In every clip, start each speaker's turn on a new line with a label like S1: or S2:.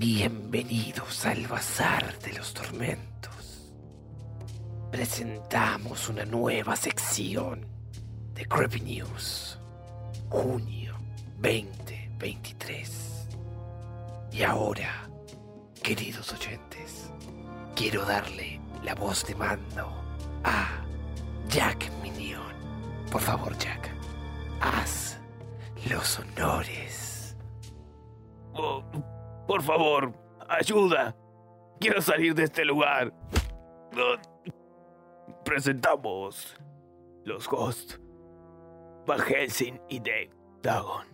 S1: Bienvenidos al Bazar de los Tormentos. Presentamos una nueva sección de Creepy News, junio 2023. Y ahora, queridos oyentes, quiero darle la voz de mando a Jack Minion. Por favor, Jack, haz los honores.
S2: Oh, por favor, ayuda. Quiero salir de este lugar. Oh. Presentamos los hosts Van Helsing y Dave Dagon.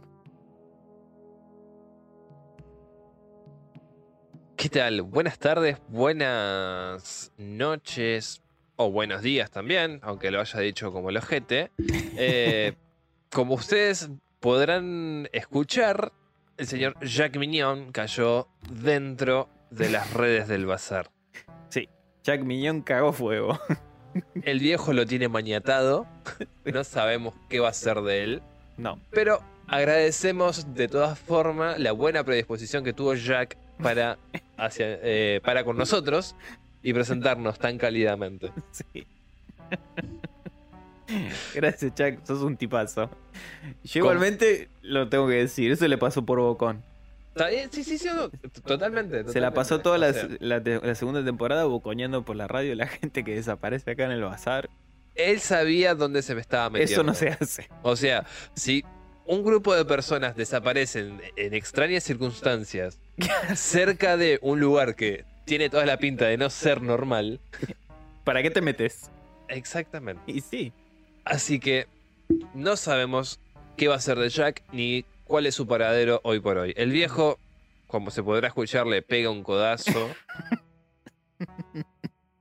S3: ¿Qué tal? Buenas tardes, buenas noches o buenos días también, aunque lo haya dicho como el ojete. Eh, como ustedes podrán escuchar, el señor Jack Mignon cayó dentro de las redes del bazar.
S4: Sí, Jack Mignon cagó fuego.
S3: El viejo lo tiene maniatado. No sabemos qué va a ser de él.
S4: No.
S3: Pero agradecemos de todas formas la buena predisposición que tuvo Jack para, hacia, eh, para con nosotros y presentarnos tan cálidamente.
S4: Sí. Gracias, Chuck. Sos un tipazo. Yo ¿Cómo? igualmente lo tengo que decir. Eso le pasó por Bocón.
S3: Sí, sí, sí. No, totalmente, totalmente,
S4: Se la pasó toda la, la, la, segunda temporada bocoñando por la radio la gente que desaparece acá en el bazar.
S3: Él sabía dónde se me estaba metiendo.
S4: Eso no se hace.
S3: O sea, si un grupo de personas desaparecen en extrañas circunstancias cerca de un lugar que tiene toda la pinta de no ser normal.
S4: ¿Para qué te metes?
S3: Exactamente.
S4: Y sí.
S3: Así que no sabemos qué va a ser de Jack ni cuál es su paradero hoy por hoy. El viejo, como se podrá escuchar, le pega un codazo.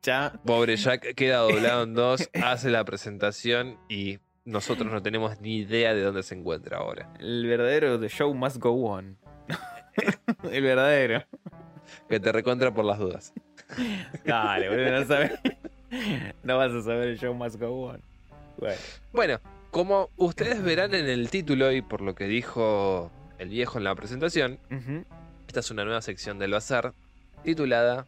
S4: ya.
S3: Pobre Jack queda doblado en dos, hace la presentación y nosotros no tenemos ni idea de dónde se encuentra ahora.
S4: El verdadero The Show Must Go On. El verdadero.
S3: Que te recontra por las dudas.
S4: Dale, boludo, no sabes. No vas a saber el show must go on.
S3: Bueno. bueno. como ustedes verán en el título y por lo que dijo el viejo en la presentación, uh -huh. esta es una nueva sección del bazar titulada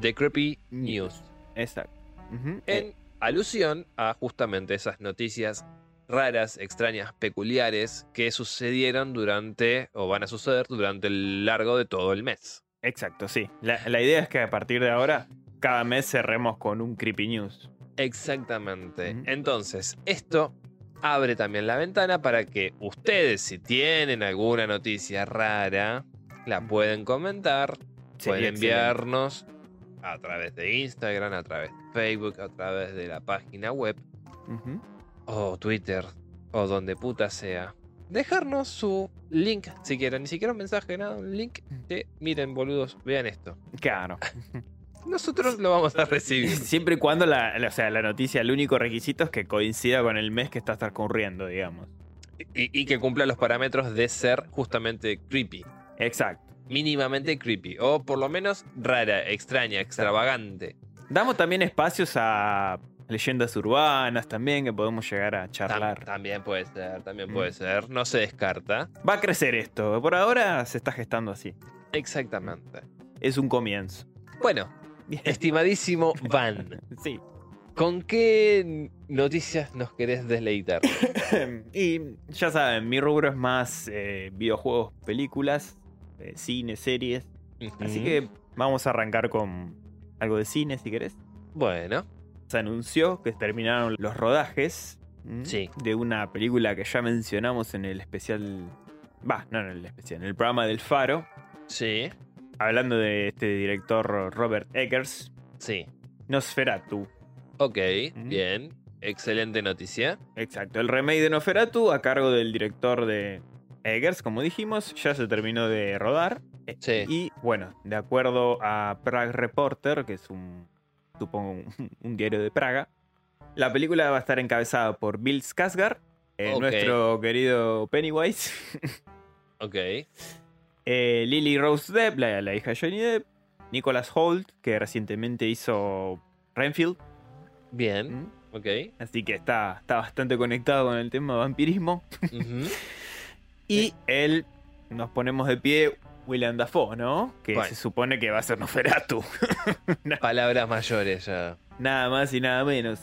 S3: The Creepy News.
S4: Exacto.
S3: Uh -huh.
S4: Eh,
S3: En alusión a justamente esas noticias raras, extrañas, peculiares que sucedieron durante o van a suceder durante el largo de todo el mes.
S4: Exacto, sí. La, la idea es que a partir de ahora, cada mes cerremos con un Creepy News.
S3: Exactamente. Uh -huh. Entonces, esto abre también la ventana para que ustedes, si tienen alguna noticia rara, la pueden comentar, sí, pueden enviarnos excelente. a través de Instagram, a través de Facebook, a través de la página web, uh -huh. o Twitter, o donde puta sea. Dejarnos su link, si quieren, ni siquiera un mensaje, nada, un link
S4: Mm.
S3: de miren, boludos, vean esto.
S4: Claro.
S3: Nosotros lo vamos a recibir.
S4: Siempre y cuando la, la, o sea, la noticia, el único requisito es que coincida con el mes que está transcurriendo, digamos.
S3: Y, y, que cumpla los parámetros de ser justamente creepy.
S4: Exacto.
S3: Mínimamente creepy. O por lo menos rara, extraña, extravagante.
S4: Damos también espacios a leyendas urbanas también que podemos llegar a charlar.
S3: Tam, también puede ser, también puede mm. ser. No se descarta.
S4: Va a crecer esto. Por ahora se está gestando así.
S3: Exactamente.
S4: Es un comienzo.
S3: Bueno, Bien. Estimadísimo Van.
S4: Sí.
S3: ¿Con qué noticias nos querés deleitar?
S4: y ya saben, mi rubro es más eh, videojuegos, películas, eh, cine, series. Uh -huh.
S3: Mm.
S4: Así que vamos a arrancar con algo de cine, si querés.
S3: Bueno.
S4: Se anunció que terminaron los rodajes
S3: sí.
S4: de una película que ya mencionamos en el especial. Va, no en el especial, en el programa del Faro.
S3: Sí
S4: hablando de este director Robert Eggers.
S3: Sí.
S4: Nosferatu.
S3: Ok, mm. bien. Excelente noticia.
S4: Exacto. El remake de Nosferatu a cargo del director de Eggers, como dijimos, ya se terminó de rodar. Eh,
S3: Sí.
S4: Y bueno, de acuerdo a Prague Reporter, que es un, supongo, un, un diario de Praga, la película va a estar encabezada por Bill Skarsgård, eh,
S3: Ok.
S4: nuestro querido Pennywise.
S3: Ok.
S4: Eh, Lily Rose Depp, la, la hija de Johnny Depp. Nicholas Holt, que recientemente hizo Renfield.
S3: Bien.
S4: ¿m?
S3: Ok.
S4: Así que está, está bastante conectado con el tema de vampirismo.
S3: Ujú.
S4: Y Eh, él, nos ponemos de pie, William Dafoe, ¿no? Que
S3: Bueno.
S4: se supone que va a ser Noferatu.
S3: Palabras mayores ya.
S4: Nada más y nada menos.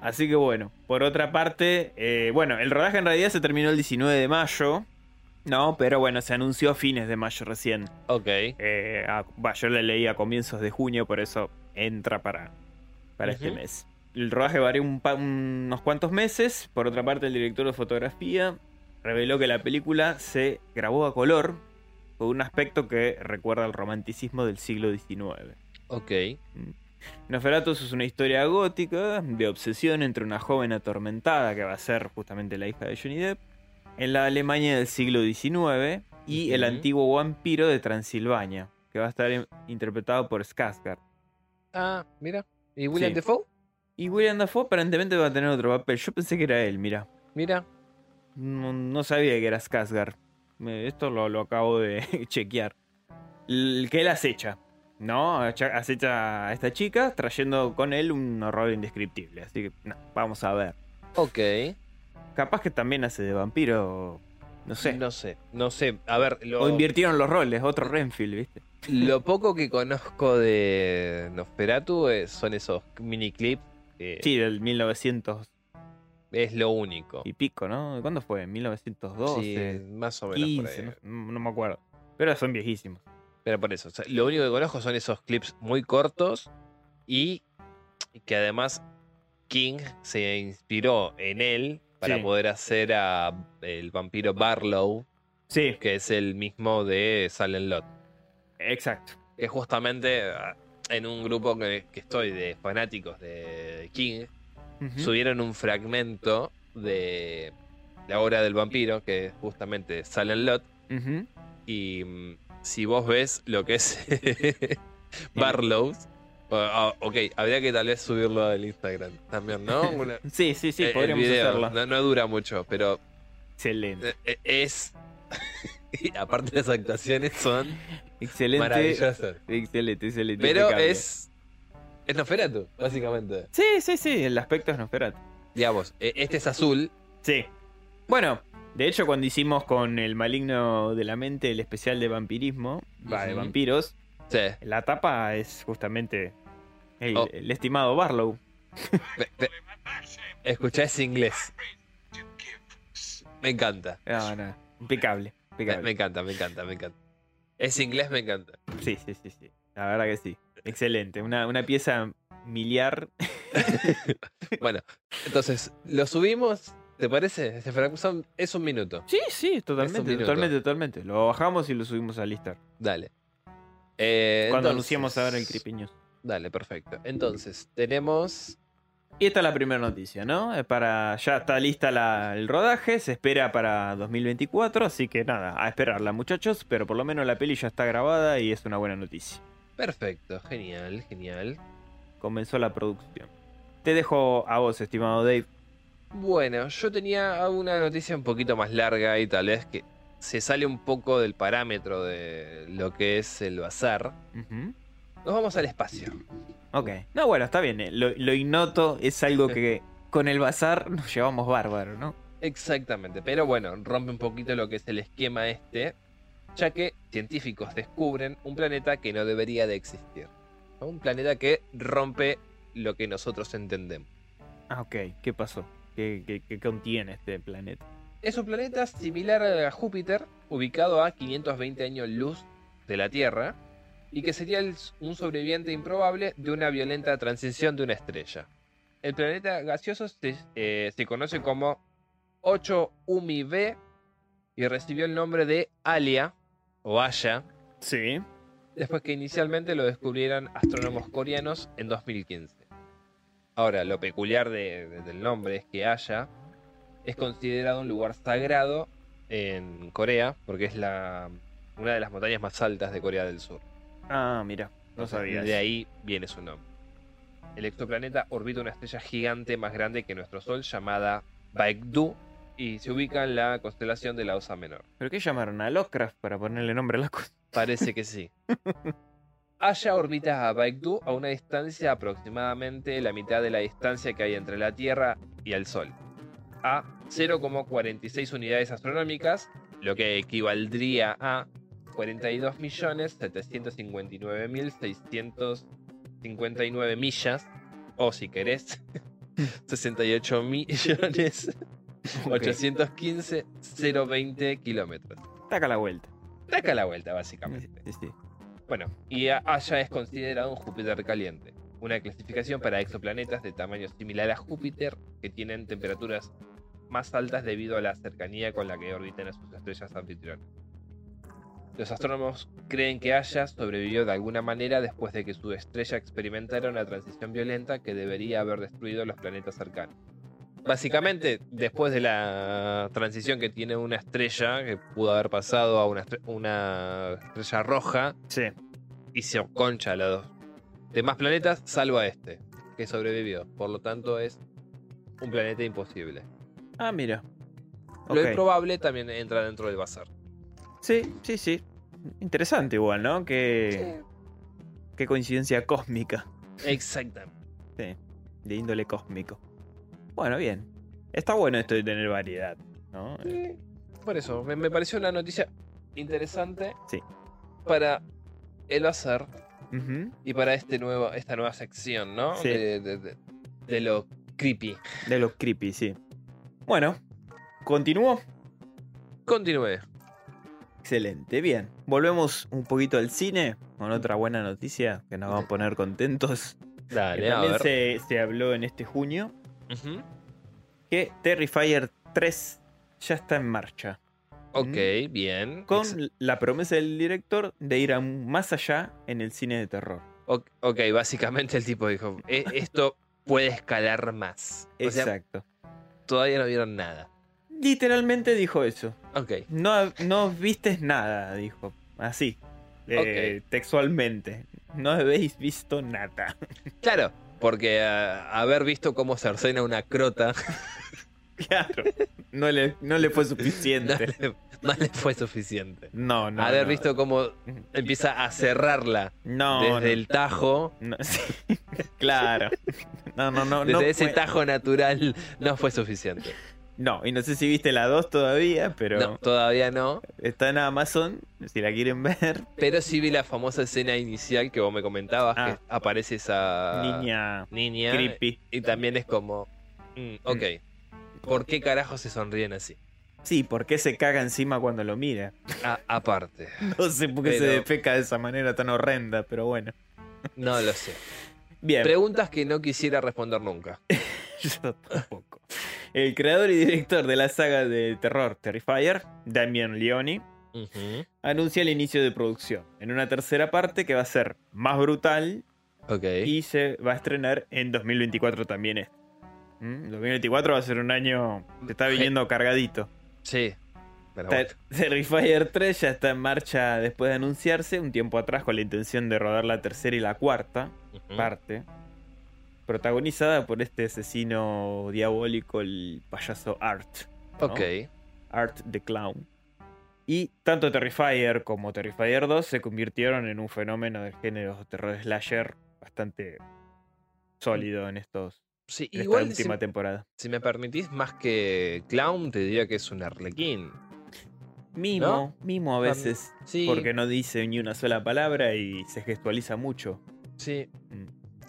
S4: Así que bueno, por otra parte, eh, bueno, el rodaje en realidad se terminó el 19 de mayo, ¿no? Pero bueno, se anunció a fines de mayo recién.
S3: Ok.
S4: Eh, ah, bah, yo la leí a comienzos de junio, por eso entra para, para este
S3: Ujú.
S4: mes. El rodaje varió un pa- unos cuantos meses. Por otra parte, el director de fotografía reveló que la película se grabó a color con un aspecto que recuerda al romanticismo del siglo XIX.
S3: Ok.
S4: Nosferatu es una historia gótica de obsesión entre una joven atormentada que va a ser justamente la hija de Johnny Depp en la Alemania del siglo XIX y el
S3: Ujú.
S4: antiguo vampiro de Transilvania que va a estar en- interpretado por Skarsgård.
S3: Ah, mira. ¿Y William
S4: Sí.
S3: Defoe?
S4: Y William Dafoe aparentemente va a tener otro papel. Yo pensé que era él, mira.
S3: Mira.
S4: No, no sabía que era Skarsgård. Me- Esto lo, lo acabo de chequear. El que él acecha, ¿no? Acha- Acecha a esta chica trayendo con él un horror indescriptible. Así que, no, vamos a ver.
S3: Ok.
S4: Capaz que también hace de vampiro, no sé.
S3: No sé. No sé. A ver, lo,
S4: O invirtieron los roles, otro Renfield, ¿viste?
S3: lo poco que conozco de Nosferatu eh, son esos mini clips.
S4: Sí, del 1900
S3: Es lo único.
S4: y pico, ¿no? ¿Cuándo fue?
S3: Sí,
S4: 1912,
S3: más o menos por
S4: 15,
S3: ahí.
S4: no, no me acuerdo. Pero son viejísimos.
S3: Pero por eso, o sea, lo único que conozco son esos clips muy cortos y que además King se inspiró en él para
S4: Sí.
S3: poder hacer a el vampiro Barlow,
S4: Sí,
S3: que es el mismo de Silent Lot.
S4: exacto.
S3: Que justamente ah, en un grupo que, que estoy de fanáticos de King,
S4: Ujú.
S3: subieron un fragmento de la obra del vampiro, que es justamente Silent Lot,
S4: Ujú.
S3: y mm, si vos ves lo que es Barlow, o- o- ok, habría que tal vez subirlo al Instagram también, ¿no? Una-
S4: Sí, sí, sí,
S3: eh, el
S4: podríamos
S3: video,
S4: hacerlo.
S3: No, no dura mucho, pero
S4: Excelente.
S3: eh, eh, es. y aparte, las actuaciones son
S4: Excelente.
S3: maravillosas.
S4: Excelente, excelente.
S3: Pero
S4: impecable.
S3: es. Es Nosferatu, básicamente.
S4: Sí, sí, sí, el aspecto es Nosferatu.
S3: Digamos, eh, este es azul.
S4: Sí. Bueno, de hecho, cuando hicimos con el maligno de la mente el especial de vampirismo, va, de
S3: Ujú.
S4: vampiros,
S3: Sí.
S4: La tapa es justamente el,
S3: Oh.
S4: el estimado Barlow.
S3: Pe- pe- Escuchá ese inglés. Me encanta.
S4: Ah, no. Impecable.
S3: Me,
S4: impecable.
S3: me encanta, me encanta, me encanta. Ese inglés me encanta.
S4: Sí, sí, sí, sí. La verdad que sí. Excelente. Una, una pieza miliar.
S3: Bueno, entonces, lo subimos, ¿te parece? Este fragmento son- es un minuto.
S4: Sí, sí, totalmente,
S3: minuto.
S4: totalmente, totalmente. Lo bajamos y lo subimos a listar.
S3: Dale. Eh,
S4: Cuando
S3: entonces-
S4: anunciamos ahora el Creepy News.
S3: Dale, perfecto. Entonces, tenemos.
S4: Y esta es la primera noticia, ¿no? Es Para, ya está lista la- el rodaje, se espera para 2024, así que nada, a esperarla muchachos, pero por lo menos la peli ya está grabada y es una buena noticia.
S3: Perfecto, genial, genial.
S4: Comenzó la producción. Te dejo a vos, estimado Dave.
S3: Bueno, yo tenía una noticia un poquito más larga y tal vez que se sale un poco del parámetro de lo que es el bazar.
S4: Ujú.
S3: Nos vamos al espacio.
S4: Ok. No, bueno, está bien. eh. Lo, lo ignoto es algo que con el bazar nos llevamos bárbaro, ¿no?
S3: Exactamente, pero bueno, rompe un poquito lo que es el esquema este, ya que científicos descubren un planeta que no debería de existir. ¿no? Un planeta que rompe lo que nosotros entendemos.
S4: Ah, ok. ¿Qué pasó? ¿Qué, qué- qué contiene este planeta?
S3: Es un planeta similar a Júpiter, ubicado a 520 años luz de la Tierra, y que sería el- un sobreviviente improbable de una violenta transición de una estrella. El planeta gaseoso se, eh, se conoce como 8UMI b y recibió el nombre de Alia o Aya,
S4: Sí.
S3: después que inicialmente lo descubrieran astrónomos coreanos en 2015. Ahora, lo peculiar de- de- del nombre es que Aya es considerado un lugar sagrado en Corea, porque es la, una de las montañas más altas de Corea del Sur.
S4: Ah, mira. No sabía.
S3: De
S4: eso.
S3: ahí viene su nombre. El exoplaneta orbita una estrella gigante más grande que nuestro Sol llamada Baekdu y se ubica en la constelación de la Osa Menor.
S4: ¿Pero qué llamaron? ¿A Lovecraft para ponerle nombre a las cosas?
S3: Parece que sí. Haya orbita a Baekdu a una distancia aproximadamente la mitad de la distancia que hay entre la Tierra y el Sol, a 0,46 unidades astronómicas, lo que equivaldría a 42.759.659 millas, o si querés, 68 millones 815 020 kilómetros.
S4: Taca la vuelta.
S3: Taca la vuelta, básicamente.
S4: Sí, sí.
S3: Bueno, y Haya es considerado un Júpiter caliente, una clasificación para exoplanetas de tamaño similar a Júpiter que tienen temperaturas más altas debido a la cercanía con la que orbitan a sus estrellas anfitrionas. Los astrónomos creen que Haya sobrevivió de alguna manera después de que su estrella experimentara una transición violenta que debería haber destruido los planetas cercanos. Básicamente, después de la transición que tiene una estrella, que pudo haber pasado a una, estre- una estrella roja,
S4: Sí.
S3: y se concha a los demás planetas, salvo a este, que sobrevivió. Por lo tanto, es un planeta imposible.
S4: Ah, mira.
S3: Lo
S4: Ok.
S3: improbable también entra dentro del bazar.
S4: Sí, sí, sí. Interesante igual, ¿no? Qué, qué coincidencia cósmica,
S3: Exactamente.
S4: de índole cósmico. Bueno, bien. Está bueno esto de tener variedad, ¿no?
S3: Por eso, me, me pareció una noticia interesante
S4: Sí.
S3: para el bazar
S4: Ujú.
S3: y para este nuevo, esta nueva sección, ¿no?
S4: Sí.
S3: De, de- de- de lo creepy.
S4: De los creepy, sí. Bueno, continúo.
S3: Continúe.
S4: Excelente, bien. Volvemos un poquito al cine con otra buena noticia que nos va a poner contentos. Que
S3: Dale, a
S4: también
S3: ver. Mm.
S4: se, se habló en este junio
S3: Ujú.
S4: que Terrifier 3 ya está en marcha.
S3: Ok, bien.
S4: Con
S3: Ex-
S4: la promesa del director de ir a más allá en el cine de terror.
S3: o- ok, básicamente el tipo dijo, "E- esto puede escalar más. O sea,
S4: Exacto.
S3: todavía no vieron nada.
S4: Literalmente dijo eso.
S3: Ok,
S4: No, no vistes nada, dijo. Así. eh, Textualmente. No habéis visto nada.
S3: claro, porque ah, haber visto cómo cercena una crota
S4: Claro. No le, no le fue
S3: no
S4: suficiente.
S3: le, no le fue suficiente.
S4: No, no.
S3: haber
S4: no.
S3: visto cómo empieza a cerrarla
S4: No,
S3: desde
S4: no.
S3: el tajo,
S4: no, sí. Claro. No, no, no.
S3: desde
S4: no,
S3: ese
S4: fue-
S3: tajo natural, no fue suficiente.
S4: no, y no sé si viste la 2 todavía, pero
S3: No, todavía no.
S4: está en Amazon. Si la quieren ver,
S3: Pero sí vi la famosa escena inicial que vos me comentabas,
S4: Ah.
S3: que aparece esa
S4: niña
S3: niña,
S4: creepy. Mm.
S3: Y también es como, mm, ok, ¿por qué carajo se sonríen así?
S4: Sí, ¿por qué se caga encima cuando lo mira?
S3: A- aparte,
S4: No sé por qué se
S3: Pero-
S4: defeca de esa manera tan horrenda, pero bueno.
S3: no lo sé. Em,
S4: Bien,
S3: Preguntas que no quisiera responder nunca.
S4: yo tampoco. El creador y director de la saga de terror Terrifier, Damien Leone,
S3: Ujú,
S4: anuncia el inicio de producción en una tercera parte que va a ser más brutal
S3: Ok.
S4: y se va a estrenar en 2024 también. eh. ¿Mm? 2024 va a ser un año que está viniendo cargadito.
S3: Sí. Pero
S4: Ter- Terrifier 3 ya está en marcha después de anunciarse un tiempo atrás con la intención de rodar la tercera y la cuarta
S3: bueno. Ujú.
S4: parte. Protagonizada por este asesino diabólico, el payaso Art. ¿no?
S3: Ok.
S4: Art the Clown. Y tanto Terrifier como Terrifier 2 se convirtieron en un fenómeno del género terror slasher bastante sólido en estos
S3: Sí,
S4: en
S3: igual,
S4: esta
S3: si,
S4: última temporada.
S3: si me permitís, más que clown, te diría que es un arlequín.
S4: Mimo, mimo a
S3: Tam-
S4: veces,
S3: Sí,
S4: porque no dice ni una sola palabra y se gestualiza mucho.
S3: sí,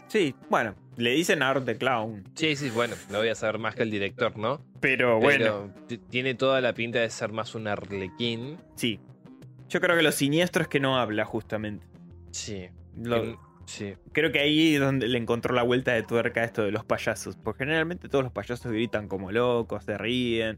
S4: Sí, bueno, le dicen Art the Clown,
S3: sí, sí, bueno, no voy a saber más que el director, ¿no?
S4: pero bueno,
S3: Pero t- tiene toda la pinta de ser más un arlequín.
S4: sí. Yo creo que lo siniestro es que no habla justamente.
S3: Sí.
S4: Lo-
S3: en- sí.
S4: Creo que ahí es donde le encontró la vuelta de tuerca a esto de los payasos. Porque generalmente todos los payasos gritan como locos, se ríen.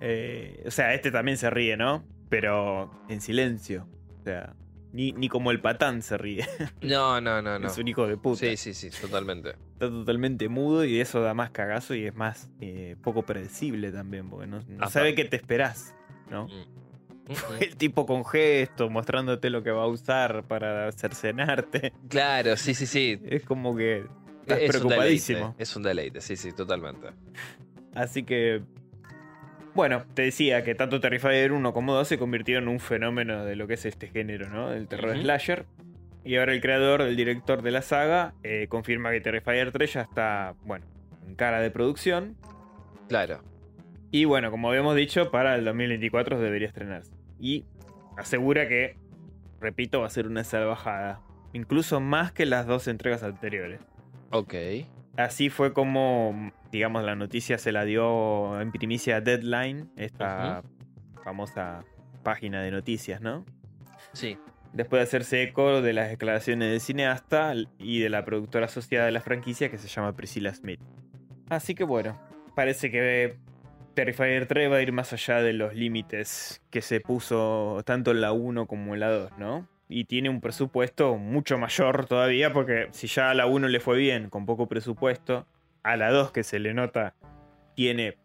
S4: Eh, o sea, este también se ríe, ¿no? Pero en silencio. O sea, ni, ni como el patán se ríe.
S3: No, no, no, no.
S4: Es un hijo de puta.
S3: Sí, sí, sí, totalmente.
S4: Está totalmente mudo y eso da más cagazo y es más eh, poco predecible también. Porque no, no
S3: Apa.
S4: sabe qué te esperás, ¿no?
S3: Ujú.
S4: El tipo con gesto, mostrándote lo que va a usar para cercenarte.
S3: Claro, sí, sí, sí.
S4: Es como que estás
S3: es un
S4: preocupadísimo.
S3: deleite. Es un deleite, sí, sí, totalmente.
S4: Así que. Bueno, te decía que tanto Terrifier 1 como 2 se convirtieron en un fenómeno de lo que es este género, ¿no? El terror
S3: Ujú.
S4: slasher. Y ahora el creador, el director de la saga, eh, confirma que Terrifier 3 ya está, bueno, en cara de producción.
S3: Claro.
S4: Y bueno, como habíamos dicho, para el 2024 debería estrenarse. Y asegura que, repito, va a ser una salvajada. Incluso más que las dos entregas anteriores.
S3: Ok.
S4: Así fue como, digamos, la noticia se la dio en primicia Deadline, esta famosa página de noticias, ¿no?
S3: Sí.
S4: Después de hacerse eco de las declaraciones del cineasta y de la productora asociada de la franquicia que se llama Priscilla Smith. Así que bueno, parece que Terrifier 3 va a ir más allá de los límites que se puso tanto en la 1 como en la 2, ¿no? Y tiene un presupuesto mucho mayor todavía porque si ya a la 1 le fue bien con poco presupuesto, a la 2 que se le nota tiene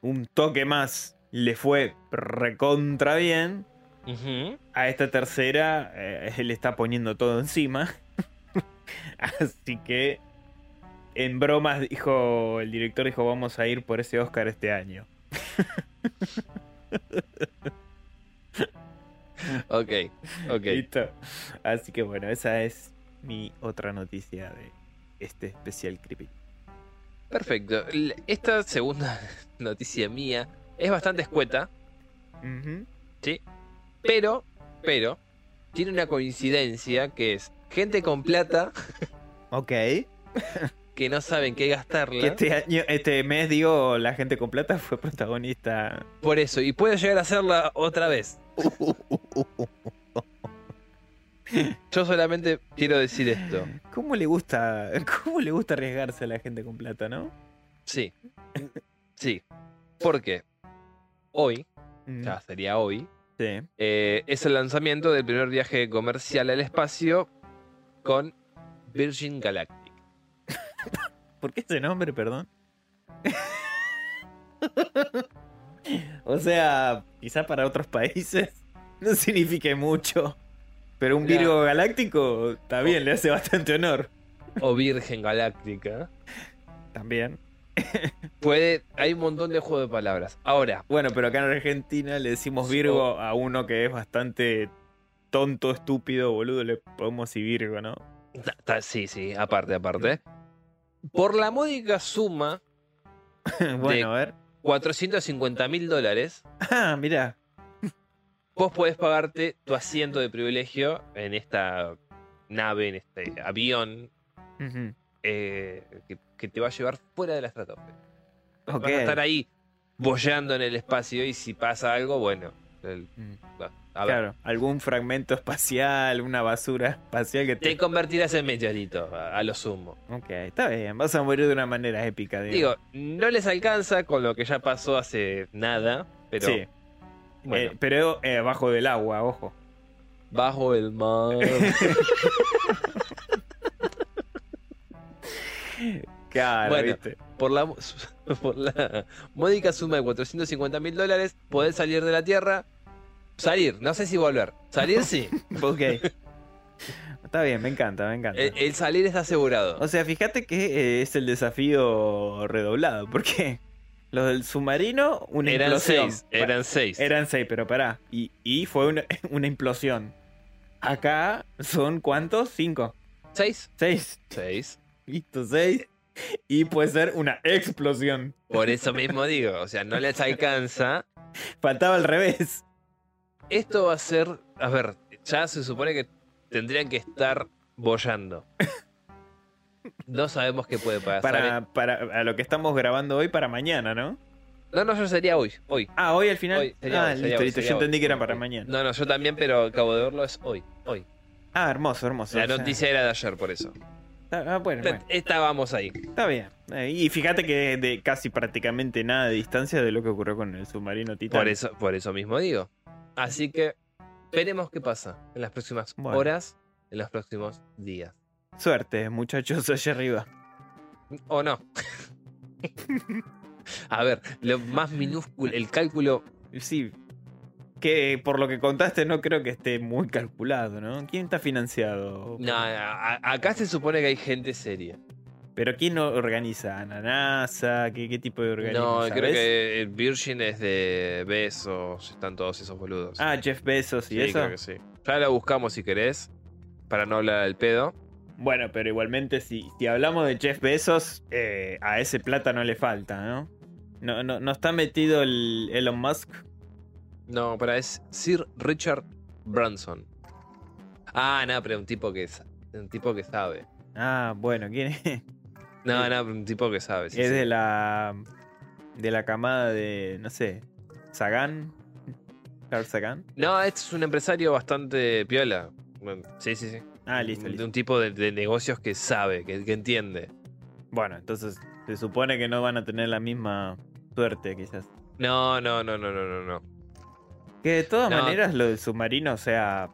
S4: un toque más, le fue recontra bien
S3: Ujú.
S4: a esta tercera eh, le está poniendo todo encima. Así que en bromas dijo el director dijo vamos a ir por ese Oscar este año.
S3: Ok. Ok.
S4: Listo. Así que bueno, esa es mi otra noticia de este especial creepy.
S3: Perfecto. L- Esta segunda noticia mía es bastante escueta,
S4: Ujú.
S3: pero, pero, tiene una coincidencia que es gente con plata
S4: Ok.
S3: que no saben qué
S4: Que
S3: gastarla.
S4: este año, este mes digo, la gente con plata fue protagonista.
S3: Por eso, y puede llegar a hacerla otra vez. Yo solamente quiero decir esto.
S4: ¿Cómo le gusta, cómo le gusta arriesgarse a la gente con plata, no?
S3: Sí. Sí. Porque hoy, ya sería hoy,
S4: Mm. Sí.
S3: eh, es el lanzamiento del primer viaje comercial al espacio con Virgin Galactic.
S4: ¿Por qué ese nombre, perdón? o sea, quizás para otros países no signifique mucho. Pero un
S3: Ya.
S4: Virgo galáctico también le hace bastante honor.
S3: O Virgen Galáctica.
S4: También.
S3: Puede. Hay un montón de juego de palabras. Ahora,
S4: Bueno, pero acá en Argentina le decimos Virgo a uno que es bastante tonto, estúpido, boludo. Le podemos decir Virgo, ¿no?
S3: ta- ta- sí, sí, aparte, aparte. Por la módica suma,
S4: bueno,
S3: De-
S4: a ver.
S3: 450 mil dólares,
S4: Ah, mirá.
S3: vos podés pagarte tu asiento de privilegio en esta nave, en este avión
S4: Ujú.
S3: eh, que, que te va a llevar fuera de la estratosfera.
S4: Ok.
S3: Vas a estar ahí boyando en el espacio y si pasa algo, bueno. el-
S4: Mm.
S3: a ver,
S4: Claro, algún fragmento espacial, una basura espacial que
S3: te convertirás en meteorito, a, a lo sumo.
S4: Ok, está bien, vas a morir de una manera épica, digo.
S3: Digo, no les alcanza con lo que ya pasó hace nada, pero
S4: sí,
S3: bueno,
S4: eh, pero eh, bajo del agua, ojo.
S3: bajo el mar.
S4: Claro,
S3: Bueno.
S4: viste.
S3: por la, por la módica suma de 450 mil dólares, podés salir de la Tierra. Salir, no sé si volver. Salir sí.
S4: Ok. está bien, me encanta, me encanta.
S3: El, el salir está asegurado.
S4: o sea, fíjate que eh, es el desafío redoblado, porque los del submarino, una
S3: eran
S4: implosión.
S3: seis. Eran seis.
S4: Eran seis, pero pará. Y, y fue una, una implosión. Acá son cuántos? Cinco.
S3: ¿Seis?
S4: Seis.
S3: Seis.
S4: Listo, seis. Y puede ser una explosión.
S3: Por eso mismo digo, o sea, no les alcanza.
S4: Faltaba al revés.
S3: Esto va a ser. A ver, ya se supone que tendrían que estar boyando. No sabemos qué puede pasar.
S4: Para, para a lo que estamos grabando hoy para mañana, ¿no?
S3: No, no, yo sería hoy. Hoy.
S4: Ah, hoy al final.
S3: Hoy, sería
S4: ah,
S3: hoy,
S4: listo,
S3: sería hoy,
S4: listo.
S3: sería
S4: Yo
S3: hoy.
S4: entendí que era para mañana.
S3: No, no, yo también, pero acabo de verlo, es hoy. Hoy.
S4: Ah, hermoso, hermoso.
S3: La
S4: O sea,
S3: noticia era de ayer, por eso.
S4: está- ah, bueno, bueno,
S3: Estábamos ahí.
S4: está bien. Eh, Y fíjate que de casi prácticamente nada de distancia de lo que ocurrió con el submarino Titán.
S3: Por eso, por eso mismo digo. Así que veremos qué pasa en las próximas
S4: Bueno.
S3: horas, en los próximos días.
S4: Suerte, muchachos, allá arriba.
S3: ¿O no? A ver, lo más minúsculo, el cálculo.
S4: Sí. Que por lo que contaste no creo que esté muy calculado, ¿no? ¿Quién está financiado?
S3: No, a- a- acá se supone que hay gente seria.
S4: Pero ¿quién organiza? ¿Ananasa? ¿Qué, qué tipo de organismo?
S3: No, creo
S4: ¿Sabés?
S3: que el Virgin es de Besos, están todos esos boludos.
S4: Ah, Jeff Bezos y
S3: Sí,
S4: eso.
S3: creo que sí. Ya la buscamos si querés, para no hablar del pedo.
S4: Bueno, pero igualmente, si, si hablamos de Jeff Bezos, eh, a ese plata no le falta, ¿no? ¿No, no, no está metido el Elon Musk?
S3: No, para es Sir Richard Branson. Ah, no, pero un tipo que, sa- un tipo que sabe.
S4: Ah, bueno, ¿quién es?
S3: No, no, pero un tipo que sabe. sí,
S4: es
S3: sí.
S4: de la. mm, de la camada de. no sé. Sagan. Carl Sagan.
S3: No, este es un empresario bastante piola. Bueno, Sí, sí, sí.
S4: Ah, listo,
S3: Mm, De
S4: listo.
S3: un tipo de, de negocios que sabe, que, que entiende.
S4: Bueno, entonces se supone que no van a tener la misma suerte, quizás.
S3: No, no, no, no, no, no, no.
S4: Mm. Que de todas
S3: No.
S4: maneras, lo del submarino, o sea.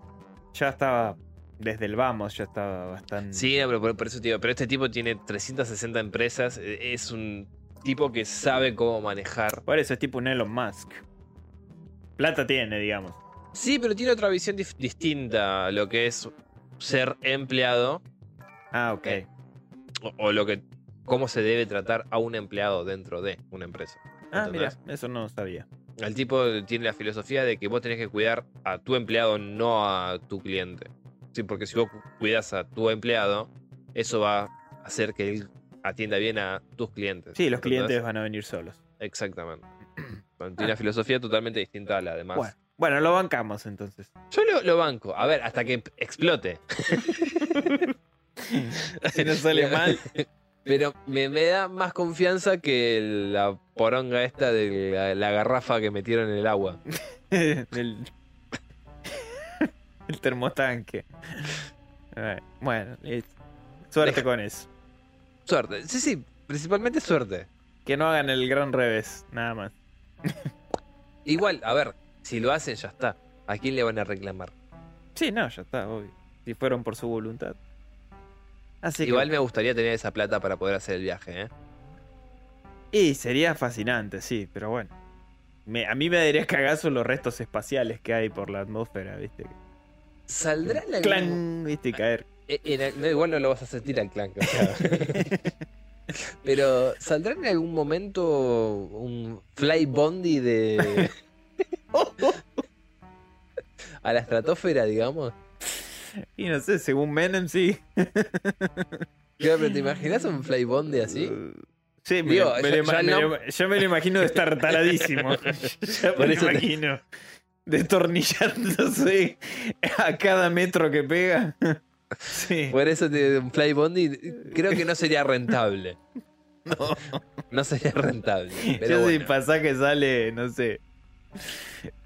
S4: ya estaba. desde el vamos, ya estaba bastante.
S3: Sí, no, pero por, por eso te digo, pero este tipo tiene 360 empresas, e- es un tipo que sabe cómo manejar.
S4: Por eso es tipo un Elon Musk. Plata tiene, digamos.
S3: Sí, pero tiene otra visión dif- distinta a lo que es ser empleado
S4: Ah, ok.
S3: Eh, o, o lo que cómo se debe tratar a un empleado dentro de una empresa.
S4: ah, mira,
S3: ¿entendés?
S4: eso no lo sabía.
S3: El tipo tiene la filosofía de que vos tenés que cuidar a tu empleado, no a tu cliente. Sí, porque si vos cu- cuidás a tu empleado, eso va a hacer que él atienda bien a tus clientes.
S4: Sí, los
S3: ¿entendés?
S4: clientes van a venir solos.
S3: Exactamente. Bueno, Tiene una filosofía totalmente distinta a la demás.
S4: Bueno, bueno, lo bancamos entonces.
S3: Yo lo, lo banco. A ver, hasta que explote.
S4: Si no sale mal.
S3: Pero me, me da más confianza que la poronga esta de la, la garrafa que metieron en el agua.
S4: el, el termotanque. Ay, Bueno, listo. suerte
S3: Deja-
S4: con eso.
S3: Suerte. Sí, sí. Principalmente suerte.
S4: Que no hagan el gran revés, nada más.
S3: Igual, a ver, si lo hacen ya está. ¿A quién le van a reclamar?
S4: Sí, no, ya está, obvio. Si fueron por su voluntad. Así que-
S3: Igual me gustaría tener esa plata para poder hacer el viaje, ¿eh?
S4: Y sería fascinante, sí, pero bueno. Me- a mí me daría cagazo los restos espaciales que hay por la atmósfera, ¿viste?
S3: ¿Saldrá la
S4: ¡Clan! ¿Viste? Y caer.
S3: Eh, en al- no, igual no lo vas a sentir al clan. o sea. Pero ¿saldrá en algún momento un fly bondi de... a la estratosfera, digamos?
S4: Y no sé, según Menem, sí.
S3: Claro, pero ¿te imaginas un fly bondi así?
S4: Sí, me,
S3: Digo, ya-
S4: me lo ima-
S3: ya
S4: me
S3: no-
S4: lo- ya me lo imagino de estar taladísimo. ya
S3: Por
S4: me
S3: eso
S4: lo
S3: te-
S4: imagino. Destornillándose a cada metro que pega. sí.
S3: Por eso te- un fly bondi creo que no sería rentable.
S4: No.
S3: No sería rentable.
S4: ya
S3: Pero
S4: si
S3: bueno.
S4: pasa que sale, no sé.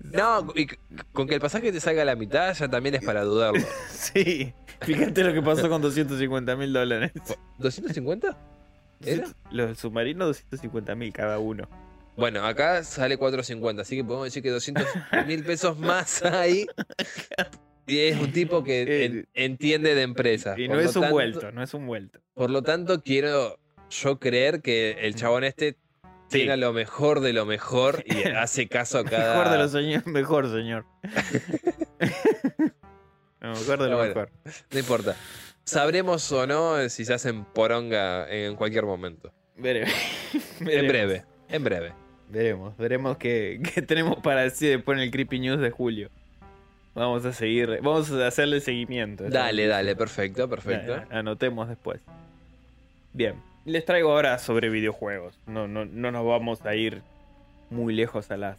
S3: No, y c- con que el pasaje te salga a la mitad ya también es para dudarlo.
S4: Sí. Fíjate lo que pasó con 250 mil dólares.
S3: ¿250? ¿Era?
S4: Los submarinos 250 mil cada uno.
S3: Bueno, acá sale 4.50, así que podemos decir que 200 mil pesos más hay. Y es un tipo que en- entiende de empresa.
S4: Eh, Y
S3: Por
S4: no
S3: lo
S4: es un
S3: tanto-
S4: vuelto, no es un vuelto.
S3: Por lo tanto, quiero yo creer que el chabón este
S4: Sí.
S3: tiene lo mejor de lo mejor y hace caso a cada.
S4: Mejor de los señores, mejor señor. No, mejor de lo
S3: Bueno.
S4: mejor.
S3: No importa. Sabremos o no si se hacen poronga en cualquier momento.
S4: Veremos.
S3: En
S4: Veremos.
S3: breve, en breve.
S4: Veremos, veremos qué, qué tenemos para decir después en el Creepy News de julio. Vamos a seguir, vamos a hacerle seguimiento. Eso.
S3: Dale, dale, perfecto, perfecto.
S4: Dale, Anotemos después. Bien, les traigo ahora sobre videojuegos. No, no, no nos vamos a ir muy lejos a, las,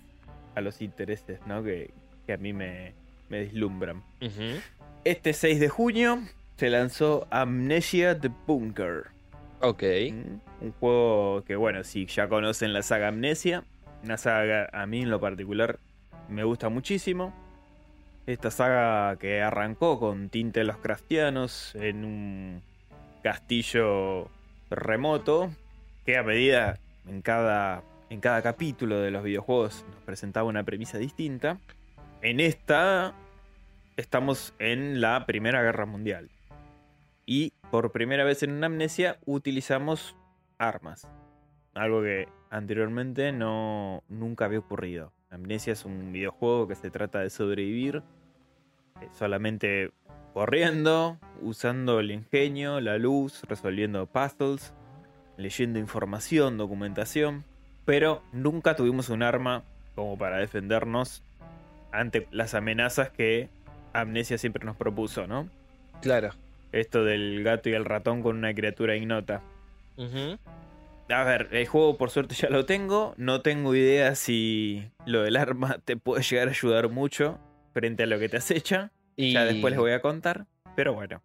S4: a los intereses ¿no? que, que a mí me, me deslumbran.
S3: Ujú.
S4: Este 6 de junio se lanzó Amnesia the Bunker.
S3: Ok.
S4: ¿Mm? Un juego que, bueno, si ya conocen la saga Amnesia, una saga que a mí en lo particular me gusta muchísimo. Esta saga que arrancó con Tinte de los Craftianos en un castillo remoto, que a medida en cada, en cada capítulo de los videojuegos nos presentaba una premisa distinta. En esta estamos en la Primera Guerra Mundial. Y por primera vez en una amnesia utilizamos armas. Algo que anteriormente no, nunca había ocurrido. Amnesia es un videojuego que se trata de sobrevivir eh, solamente corriendo, usando el ingenio, la luz, resolviendo puzzles leyendo información, documentación, pero nunca tuvimos un arma como para defendernos ante las amenazas que Amnesia siempre nos propuso, ¿no?
S3: Claro.
S4: Esto del gato y el ratón con una criatura ignota. A ver, el juego por suerte ya lo tengo. No tengo idea si lo del arma te puede llegar a ayudar mucho frente a lo que te acecha.
S3: Y
S4: Ya después les voy a contar. Pero bueno,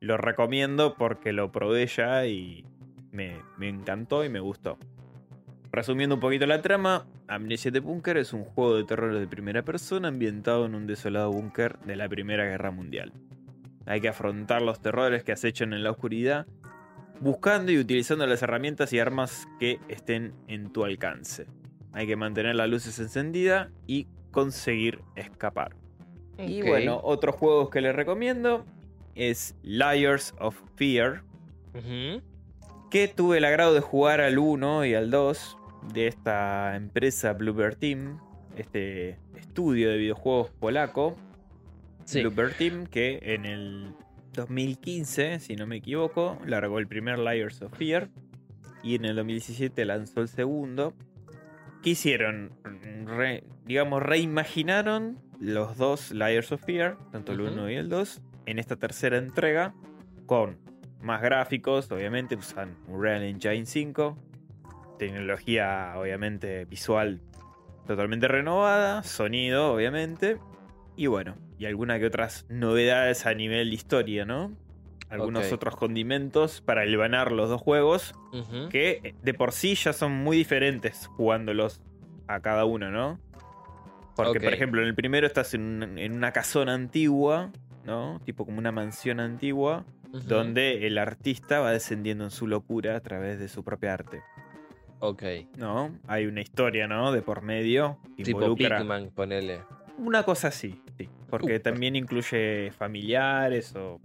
S4: lo recomiendo porque lo probé ya y me, me encantó y me gustó. Resumiendo un poquito la trama, Amnesia de Búnker es un juego de terror de primera persona ambientado en un desolado búnker de la Primera Guerra Mundial. Hay que afrontar los terrores que acechan en la oscuridad, buscando y utilizando las herramientas y armas que estén en tu alcance. Hay que mantener las luces encendidas y conseguir escapar. Y
S3: Ok.
S4: bueno, otros juegos que les recomiendo es Liars of Fear,
S3: Ujú.
S4: que tuve el agrado de jugar al 1 y al 2 de esta empresa Bluebird Team, este estudio de videojuegos polaco,
S3: Sí.
S4: Bluebird Team, que en el 2015, si no me equivoco, largó el primer Liars of Fear y en el 2017 lanzó el segundo. ¿Qué hicieron? Re- digamos, reimaginaron los dos Liars of Fear, tanto el
S3: Ujú.
S4: 1 y el 2, en esta tercera entrega con más gráficos, obviamente usan Unreal Engine 5, tecnología obviamente visual totalmente renovada, sonido obviamente, y bueno, y algunas que otras novedades a nivel historia, ¿no? Algunos
S3: Ok.
S4: otros condimentos para elvanar los dos juegos,
S3: Ujú.
S4: que de por sí ya son muy diferentes jugándolos a cada uno, ¿no? Porque, por
S3: Ok.
S4: ejemplo, en el primero estás en una, en una casona antigua, ¿no? Tipo como una mansión antigua,
S3: Ujú.
S4: donde el artista va descendiendo en su locura a través de su propia arte,
S3: Ok.
S4: ¿no? Hay una historia, ¿no? De por medio. que
S3: Tipo
S4: involucra-
S3: Pikmin, ponele.
S4: Una cosa así, sí. Porque
S3: Uh.
S4: también incluye familiares o,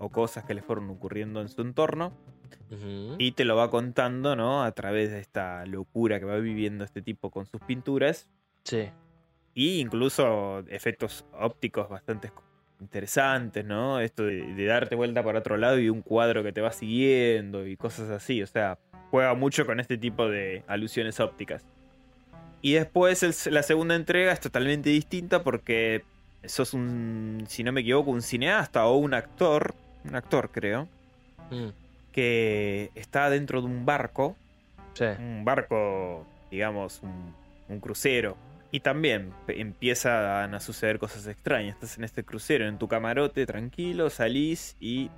S4: o cosas que le fueron ocurriendo en su entorno.
S3: Ujú.
S4: Y te lo va contando, ¿no? A través de esta locura que va viviendo este tipo con sus pinturas.
S3: Sí.
S4: Y incluso efectos ópticos bastante interesantes, ¿no? Esto de, de darte vuelta para otro lado y un cuadro que te va siguiendo y cosas así. O sea, juega mucho con este tipo de alusiones ópticas. Y después el- la segunda entrega es totalmente distinta porque sos un, si no me equivoco, un cineasta o un actor. Un actor, creo.
S3: Mm.
S4: Que está dentro de un barco
S3: Sí.
S4: un barco, digamos, un, un crucero. Y también pe- empiezan a suceder cosas extrañas. Estás en este crucero, en tu camarote, tranquilo, salís y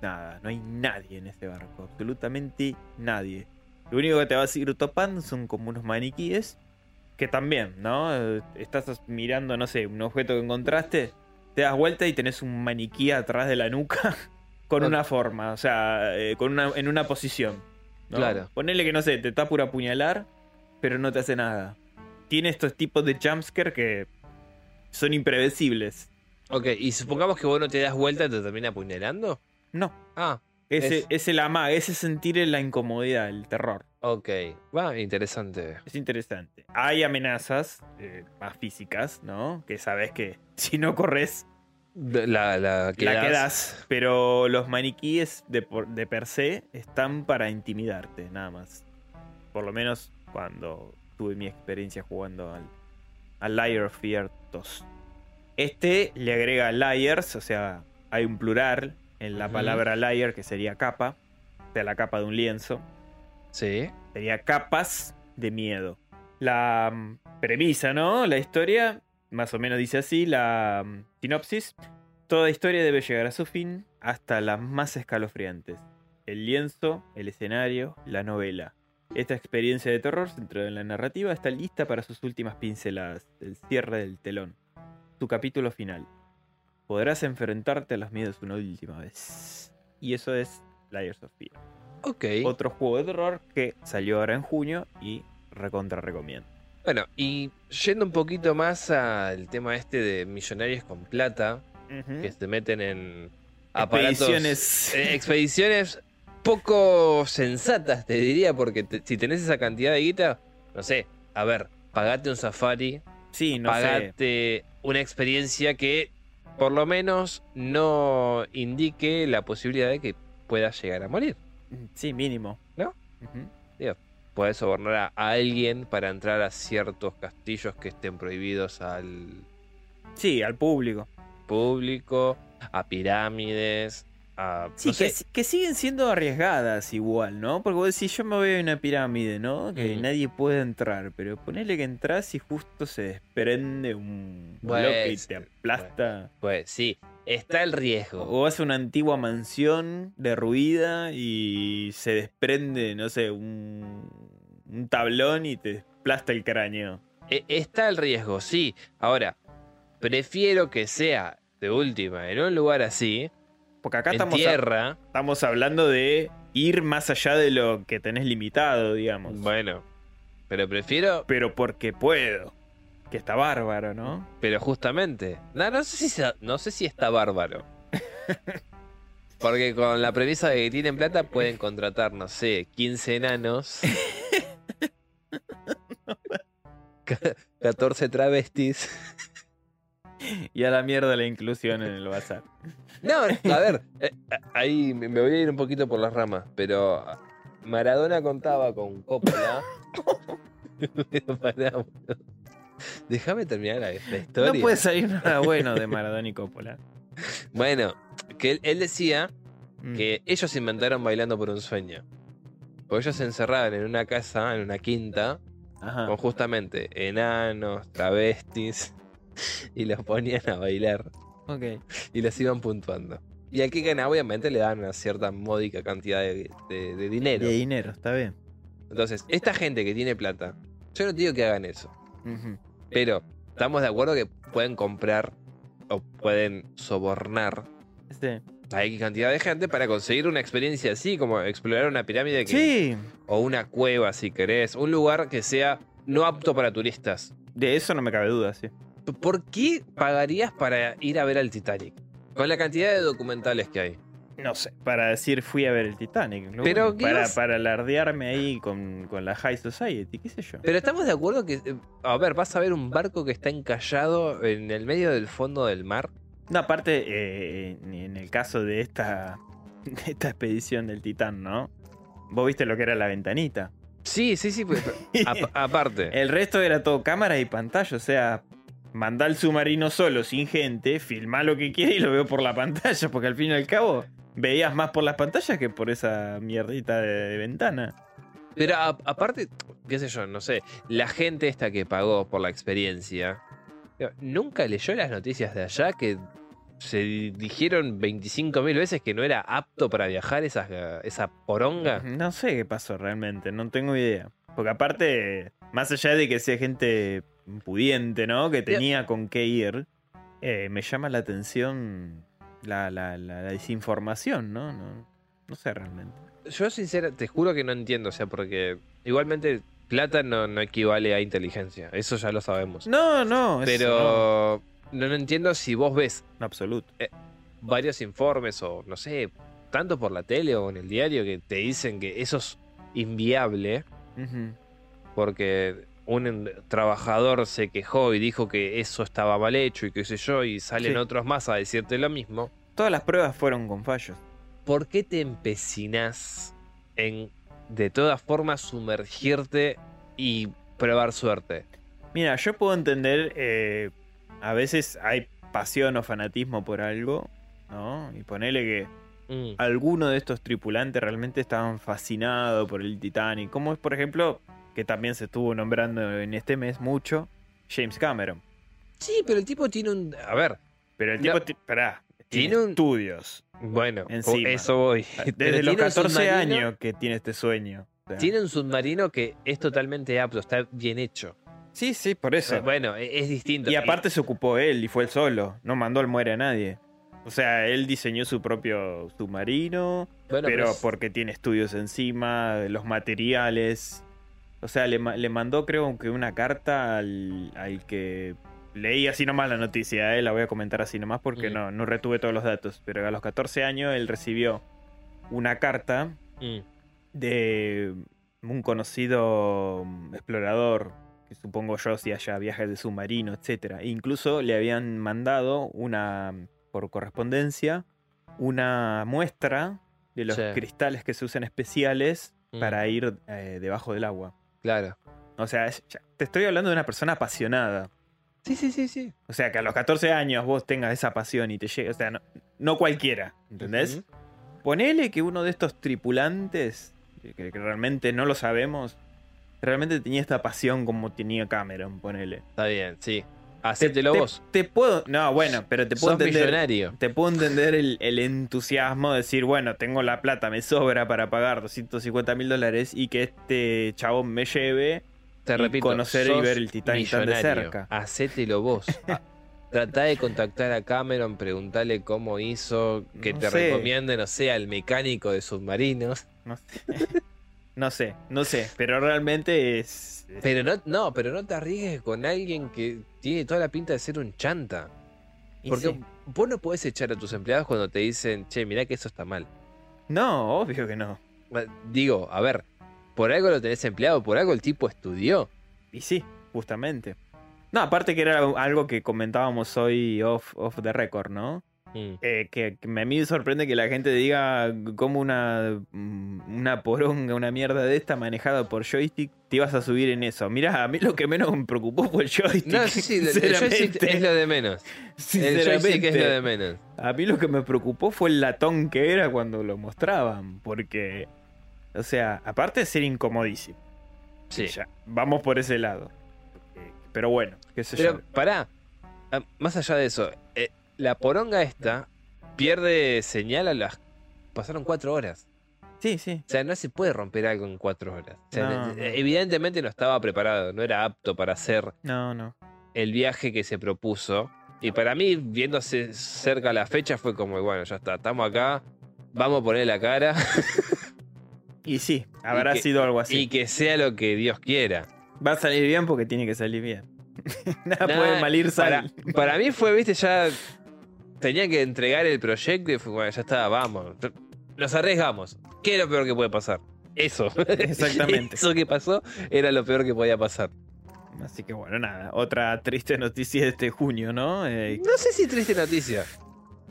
S4: nada, no hay nadie en este barco, absolutamente nadie. Lo único que te vas a ir topando son como unos maniquíes que también, ¿no? Eh, Estás mirando, no sé, un objeto que encontraste, te das vuelta y tenés un maniquí atrás de la nuca con
S3: Ok.
S4: una forma, o sea, eh, con una, en una posición. ¿no?
S3: Claro.
S4: Ponele que no sé, te está por apuñalar, pero no te hace nada. Tiene estos tipos de jumpscare que son imprevisibles.
S3: Ok, y supongamos que vos no te das vuelta y te termina apuñalando.
S4: No,
S3: Ah,
S4: ese es,
S3: Es-
S4: el ama, ese sentir la incomodidad, el terror.
S3: ok. Va, interesante.
S4: Es interesante. Hay amenazas eh, más físicas, ¿no? Que sabes que si no corres,
S3: De- La, la
S4: la
S3: quedás.
S4: quedás. Pero los maniquíes de, por- de per se están para intimidarte, nada más. Por lo menos cuando tuve mi experiencia jugando al, al Liar of Fear 2. Este le agrega liars, o sea, hay un plural en la
S3: Ujú.
S4: palabra liar que sería capa, o sea, la capa de un lienzo.
S3: Sí.
S4: Tenía capas de miedo. La mm, premisa, ¿no? La historia, más o menos dice así, la mm, sinopsis. Toda historia debe llegar a su fin, hasta las más escalofriantes. El lienzo, el escenario, la novela. Esta experiencia de terror centrada en la narrativa está lista para sus últimas pinceladas, el cierre del telón, su capítulo final. Podrás enfrentarte a los miedos una última vez. Y eso es Liars of Fear
S3: Ok.
S4: otro juego de terror que salió ahora en junio y recontra recomiendo.
S3: Bueno, y yendo un poquito más al tema este de millonarios con plata, que se meten en aparatos.
S4: ¿Mm? Expediciones.
S3: eh, expediciones poco sensatas, te diría, porque te- si tenés esa cantidad de guita, no sé, a ver, pagate un safari,
S4: Sí, no sé.
S3: pagate una experiencia que por lo menos no indique la posibilidad de que puedas llegar a morir.
S4: Sí, mínimo.
S3: ¿No?
S4: Ujú.
S3: Puedes sobornar a alguien para entrar a ciertos castillos que estén prohibidos al
S4: Sí, al público.
S3: público, a pirámides, a...
S4: Sí,
S3: no
S4: que,
S3: sé,
S4: si- que siguen siendo arriesgadas igual, ¿no? Porque vos decís, yo me veo en una pirámide, ¿no? Que
S3: Mm.
S4: nadie puede entrar, pero ponele que entras y justo se desprende un
S3: Bueno,
S4: bloque y
S3: es-
S4: te aplasta.
S3: Pues sí, está el riesgo.
S4: O vas a una antigua mansión derruida y se desprende, no sé, un, un tablón y te aplasta el cráneo.
S3: E- Está el riesgo, sí. Ahora, prefiero que sea de última en un lugar así,
S4: Porque acá
S3: en
S4: estamos,
S3: tierra.
S4: estamos hablando de ir más allá de lo que tenés limitado, digamos.
S3: Bueno, pero prefiero,
S4: Pero porque puedo. Que está bárbaro, ¿no?
S3: pero justamente. No, no sé si, sea- no sé si está bárbaro. Porque con la premisa de que tienen plata pueden contratar, no sé, 15 enanos. 14 travestis.
S4: Y a la mierda la inclusión en el bazar.
S3: No, a ver, eh, ahí me me voy a ir un poquito por las ramas, pero Maradona contaba con Coppola. Pero pará, boludo. Déjame terminar la, la historia.
S4: No puede salir nada bueno de Maradona y Coppola.
S3: Bueno, que él, él decía
S4: Mm.
S3: que ellos inventaron bailando por un sueño. Porque ellos se encerraban en una casa, en una quinta,
S4: Ajá.
S3: con justamente enanos, travestis, y los ponían a bailar.
S4: Ok.
S3: y las iban puntuando. Y al que ganaba, obviamente, le daban una cierta módica cantidad de, de- de dinero.
S4: De dinero, está bien.
S3: Entonces, esta gente que tiene plata, yo no te digo que hagan eso, pero estamos de acuerdo que pueden comprar o pueden sobornar
S4: Sí.
S3: a X cantidad de gente para conseguir una experiencia así, como explorar una pirámide que-
S4: Sí,
S3: o una cueva, si querés, un lugar que sea no apto para turistas.
S4: de eso no me cabe duda, sí.
S3: ¿Por qué pagarías para ir a ver al Titanic? Con la cantidad de documentales que hay.
S4: No sé. Para decir fui a ver el Titanic. lo
S3: Pero,
S4: único.
S3: ¿qué
S4: para,
S3: vas-
S4: para alardearme ahí con, con la High Society, qué sé yo.
S3: Pero estamos de acuerdo que, eh, a ver, vas a ver un barco que está encallado en el medio del fondo del mar.
S4: No, aparte, eh, en- en el caso de esta, de esta expedición del Titán, ¿no? Vos viste lo que era la ventanita.
S3: Sí, sí, sí. pues, a- aparte.
S4: El resto era todo cámara y pantalla, o sea, mandá al submarino solo, sin gente, filmá lo que quiera y lo veo por la pantalla, porque al fin y al cabo veías más por las pantallas que por esa mierdita de, de ventana.
S3: Pero a- aparte, qué sé yo, no sé. La gente esta que pagó por la experiencia, digo, nunca leyó las noticias de allá que se di- dijeron 25 mil veces que no era apto para viajar esas, eh, esa poronga.
S4: No sé qué pasó realmente, no tengo idea. Porque aparte, más allá de que sea gente pudiente, ¿no? Que tenía con qué ir, eh, me llama la atención la, la- la- la desinformación, ¿no? No, no sé realmente.
S3: Yo, sincera, te juro que no entiendo, o sea, porque igualmente plata no, no equivale a inteligencia. Eso ya lo sabemos.
S4: No, no, eso no,
S3: Pero no, no entiendo si vos ves
S4: en absoluto.
S3: varios informes o no sé, tanto por la tele o en el diario que te dicen que eso es inviable
S4: Ujú.
S3: porque un en- trabajador se quejó y dijo que eso estaba mal hecho y qué sé yo y salen
S4: Sí.
S3: otros más a decirte lo mismo.
S4: Todas las pruebas fueron con fallos.
S3: ¿Por qué te empecinas en de todas formas sumergirte y probar suerte?
S4: Mira, yo puedo entender, eh, a veces hay pasión o fanatismo por algo, ¿no? Y ponele que
S3: Mm,
S4: alguno de estos tripulantes realmente estaban fascinados por el Titanic, como es, por ejemplo, que también se estuvo nombrando en este mes mucho, James Cameron.
S3: Sí, pero el tipo tiene un... A ver,
S4: Pero el
S3: No.
S4: tipo, ti- pará, tiene,
S3: Tiene un-
S4: estudios.
S3: bueno,
S4: Encima.
S3: eso voy. Pero
S4: Desde los
S3: tiene un
S4: 14
S3: submarino-
S4: años que tiene este sueño. O sea,
S3: Tiene un submarino que es totalmente apto, está bien hecho.
S4: Sí, sí, por
S3: O sea,
S4: eso.
S3: Bueno, e- es distinto.
S4: Y aparte se ocupó él y fue él solo. No mandó al muere a nadie. O sea, él diseñó su propio submarino,
S3: bueno, pues,
S4: pero
S3: es-
S4: porque tiene estudios encima, los materiales. O sea, le, ma- le mandó creo que una carta al, al que... Leí así nomás la noticia, eh, la voy a comentar así nomás porque
S3: Mm.
S4: no, no retuve todos los datos. Pero a los 14 años él recibió una carta
S3: Mm,
S4: de un conocido mm, explorador, que supongo yo si haya viajes de submarino, etcétera. E incluso le habían mandado una por correspondencia una muestra de los
S3: Sí.
S4: cristales que se usan especiales
S3: Mm,
S4: para ir eh, debajo del agua.
S3: Claro.
S4: O sea, es- ya- te estoy hablando de una persona apasionada.
S3: Sí, sí, sí, sí.
S4: O sea, que a los 14 años vos tengas esa pasión y te llegue. O sea, no, no cualquiera, ¿entendés?
S3: Ujú.
S4: Ponele que uno de estos tripulantes, que, que realmente no lo sabemos, realmente tenía esta pasión como tenía Cameron, ponele.
S3: Está bien, sí.
S4: Te-
S3: Hacételo
S4: te-
S3: vos.
S4: Te puedo. No, bueno, pero te puedo
S3: Sos
S4: entender.
S3: millonario.
S4: Te puedo entender el, el entusiasmo de decir, bueno, tengo la plata, me sobra para pagar 250 mil dólares y que este chabón me lleve.
S3: Te
S4: y
S3: repito.
S4: conocer y
S3: sos
S4: ver el Titanic tan de
S3: millonario.
S4: cerca.
S3: Hacételo vos. Ah, Tratá de contactar a Cameron, preguntale cómo hizo, que
S4: No
S3: te
S4: sé.
S3: recomiende, no sé, al mecánico de submarinos.
S4: No sé. No sé, no sé, pero realmente es. es-
S3: Pero no, no, pero no te arriesgues con alguien que tiene toda la pinta de ser un chanta.
S4: y
S3: Porque
S4: sí.
S3: vos no podés echar a tus empleados cuando te dicen, che, mirá que eso está mal.
S4: No, obvio que no.
S3: Digo, a ver, por algo lo tenés empleado, por algo el tipo estudió.
S4: Y sí, justamente. No, aparte que era algo que comentábamos hoy off, off the record, ¿no?
S3: Mm.
S4: Eh, que, que me- a mí me sorprende que la gente diga como una, mm, una poronga, una mierda de esta manejada por joystick, te ibas a subir en eso. Mirá, a mí lo que menos me preocupó fue el joystick.
S3: No, sí, sí, el- el joystick
S4: sinceramente.
S3: es lo de menos. El joystick es lo
S4: Sinceramente.
S3: de menos.
S4: A mí lo que me preocupó fue el latón que era cuando lo mostraban, porque, o sea, aparte de ser incomodísimo,
S3: Sí.
S4: ya, vamos por ese lado. Eh, Pero bueno, qué sé
S3: Pero
S4: yo.
S3: pará, ah, más allá de eso, eh, la poronga esta pierde señal a las... Pasaron cuatro horas.
S4: Sí, sí.
S3: O sea, no se puede romper algo en cuatro horas. O sea,
S4: No,
S3: eh,
S4: no.
S3: Evidentemente no estaba preparado, no era apto para hacer
S4: No, no.
S3: el viaje que se propuso. Y para mí, viéndose cerca la fecha, fue como, bueno, ya está, estamos acá, vamos a poner la cara
S4: Y sí, habrá
S3: que-
S4: sido algo así.
S3: y que sea lo que Dios quiera.
S4: Va a salir bien porque tiene que salir bien. Nada
S3: Nah,
S4: puede mal ir
S3: Para,
S4: sal.
S3: para mí fue, viste, ya tenía que entregar el proyecto y fue, bueno, ya está, vamos. Nos arriesgamos. ¿Qué es lo peor que puede pasar? Eso.
S4: Exactamente.
S3: Eso que pasó era lo peor que podía pasar.
S4: Así que bueno, nada. Otra triste noticia de este junio, ¿no? Eh,
S3: No sé si triste noticia.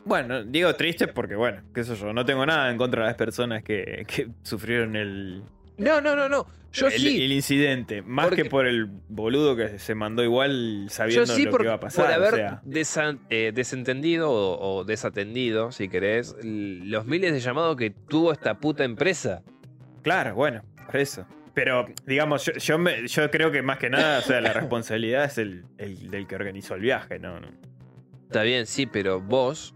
S4: Bueno, digo triste porque, bueno, qué sé yo, no tengo nada en contra de las personas que, que sufrieron el,
S3: No, no, no, no. Yo
S4: el,
S3: sí.
S4: el incidente. Más
S3: Porque-
S4: que por el boludo que se mandó igual
S3: Yo
S4: sabiendo
S3: sí
S4: lo
S3: por,
S4: que iba a
S3: por
S4: pasar. o
S3: haber
S4: sea,
S3: desan- eh, desentendido o, o desatendido, si querés, l- los miles de llamados que tuvo esta puta empresa.
S4: claro, bueno, por eso. Pero, digamos, yo, yo, me- yo creo que más que nada, o sea, la responsabilidad es el, el del que organizó el viaje, ¿no? no.
S3: Está bien, sí, pero vos...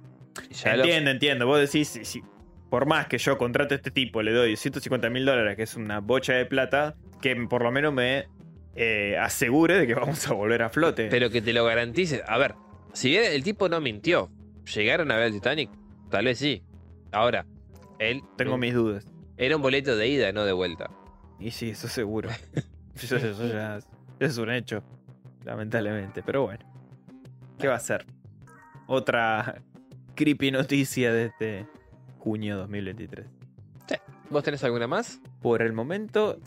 S3: Ya lo-
S4: Entiendo, entiendo. Vos decís, si- si- por más que yo contrate a este tipo, le doy 150 mil dólares, que es una bocha de plata, que por lo menos me eh, asegure de que vamos a volver a flote.
S3: pero que te lo garantice. A ver, si bien el tipo no mintió, llegaron a ver el Titanic, tal vez sí. Ahora, él...
S4: Tengo mis dudas.
S3: Era un boleto de ida, no de vuelta.
S4: Y sí, eso seguro. Eso, eso ya es un hecho, lamentablemente. Pero bueno, ¿qué va a ser? Otra creepy noticia de este junio 2023.
S3: ¿Vos tenés alguna más?
S4: Por el momento,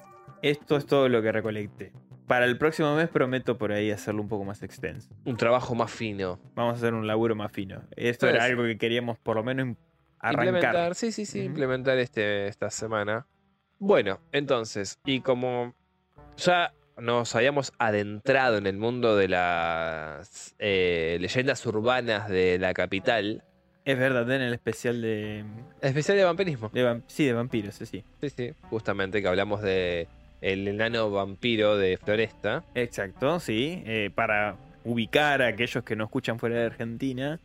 S4: esto es todo lo que recolecté. Para el próximo mes prometo por ahí hacerlo un poco más extenso.
S3: Un trabajo más fino.
S4: Vamos a hacer un laburo más fino. Esto
S3: Puede
S4: era
S3: ser.
S4: algo que queríamos por lo menos im- arrancar.
S3: Implementar, sí, sí, sí,
S4: Ujú.
S3: implementar este, esta semana. Bueno, entonces, y como ya nos habíamos adentrado en el mundo de las eh, leyendas urbanas de la capital,
S4: Es verdad, en el especial de,
S3: especial de vampirismo.
S4: de vam- sí, de vampiros, sí, sí.
S3: Sí, sí, justamente que hablamos de el enano vampiro de Floresta.
S4: Exacto, sí. Eh, para ubicar a aquellos que no escuchan fuera de Argentina,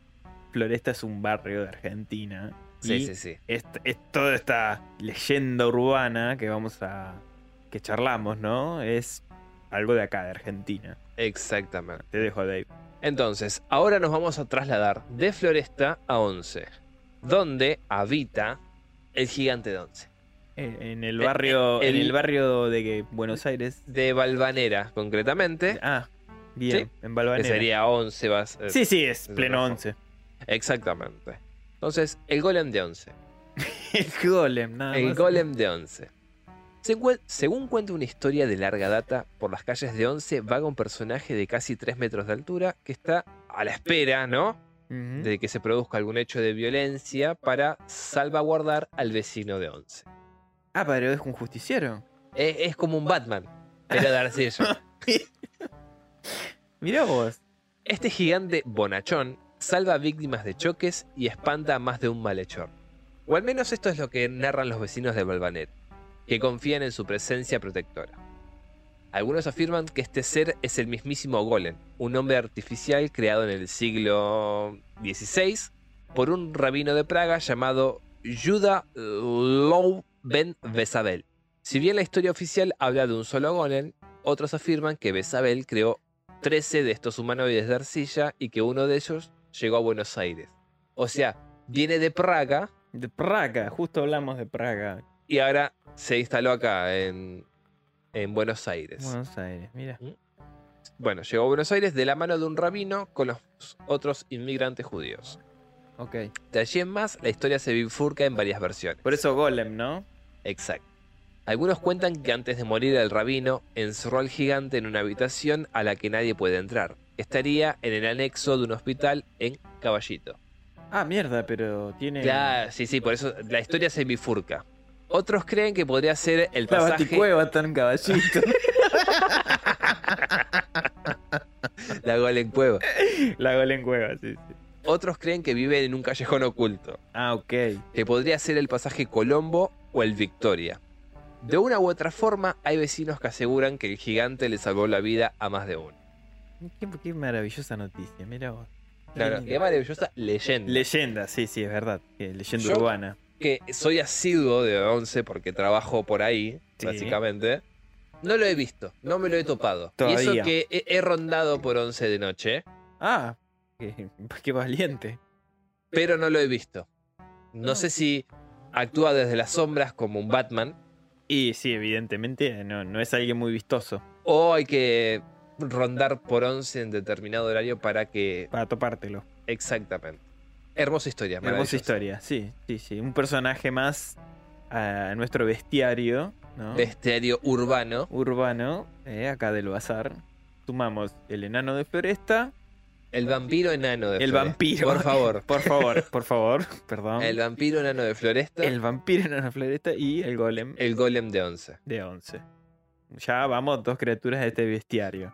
S4: Floresta es un barrio de Argentina.
S3: Sí,
S4: y
S3: sí, sí.
S4: Es, es toda esta leyenda urbana que vamos a. que charlamos, ¿no? Es algo de acá, de Argentina.
S3: Exactamente.
S4: Te dejo, Dave.
S3: Entonces, ahora nos vamos a trasladar de Floresta a Once, donde habita el gigante de Once.
S4: En, en el
S3: Eh,
S4: barrio.
S3: eh,
S4: en
S3: el-
S4: el barrio de que- Buenos Aires.
S3: de Valvanera, concretamente,
S4: Ah, bien. En
S3: que
S4: Balvanera.
S3: sería 11. vas- eh,
S4: Sí, sí, es
S3: es
S4: pleno
S3: rojo.
S4: 11.
S3: Exactamente. Entonces, el golem de 11.
S4: El golem, nada
S3: El
S4: más.
S3: golem de 11. Según, según cuenta una historia de larga data, por las calles de 11 vaga un personaje de casi 3 metros de altura que está a la espera, ¿no?
S4: Ujú.
S3: De que se produzca algún hecho de violencia para salvaguardar al vecino de 11.
S4: Ah, pero es un justiciero.
S3: E, Es, es como un Batman, pero de arcilla.
S4: Mirá vos.
S3: Este gigante bonachón salva víctimas de choques y espanta a más de un malhechor. O al menos esto es lo que narran los vecinos de Balvanet, que confían en su presencia protectora. Algunos afirman que este ser es el mismísimo Golem, un hombre artificial creado en el siglo XVI por un rabino de Praga llamado Judah Lou Ben Besabel. Si bien la historia oficial habla de un solo Golem, otros afirman que Besabel creó 13 de estos humanoides de arcilla y que uno de ellos llegó a Buenos Aires. O sea, viene de Praga
S4: De Praga, justo hablamos de Praga.
S3: y ahora se instaló acá, en, en Buenos Aires. Bueno.
S4: Buenos Aires, mira.
S3: llegó a Buenos Aires de la mano de un rabino con los otros inmigrantes judíos.
S4: Ok.
S3: De allí en más, la historia se bifurca en varias versiones.
S4: Por eso Golem, ¿no?
S3: Exacto. Algunos cuentan que antes de morir el rabino encerró al gigante en una habitación a la que nadie puede entrar. Estaría en el anexo de un hospital en Caballito.
S4: Ah, mierda, pero tiene.
S3: Claro, sí, sí, por eso la historia se bifurca. Otros creen que podría ser el
S4: La
S3: pasaje
S4: baticueva está en caballito.
S3: la Golden Cueva.
S4: la Golem Cueva, sí, sí.
S3: Otros creen que vive en un callejón oculto,
S4: Ah, ok.
S3: que podría ser el pasaje Colombo o el Victoria. De una u otra forma, hay vecinos que aseguran que el gigante le salvó la vida a más de uno.
S4: Qué, qué maravillosa noticia, mira vos.
S3: Claro, qué maravillosa leyenda.
S4: Leyenda, sí, sí, es verdad. que leyenda
S3: Yo-
S4: urbana.
S3: que soy asiduo de 11 porque trabajo por ahí,
S4: Sí.
S3: básicamente. No lo he visto, no me lo he topado. Y
S4: Todavía.
S3: eso que he, he rondado por 11 de noche,
S4: Ah, qué, qué valiente.
S3: pero no lo he visto. No sé si actúa desde las sombras como un Batman
S4: Y sí, evidentemente, no, no es alguien muy vistoso
S3: o hay que rondar por 11 en determinado horario para que...
S4: para topártelo.
S3: Exactamente. Hermosa historia,
S4: Hermosa
S3: maravillosa.
S4: historia, sí, sí, sí. Un personaje más a nuestro bestiario, ¿no?
S3: Bestiario este urbano,
S4: Urbano, eh, acá del bazar. Sumamos el enano de floresta.
S3: el vampiro enano de
S4: El
S3: Floresta.
S4: vampiro.
S3: Por favor,
S4: Por favor, por favor, perdón.
S3: el vampiro enano de Floresta,
S4: El vampiro enano de floresta y el golem
S3: el golem de 11.
S4: de 11. Ya vamos, dos criaturas de este bestiario.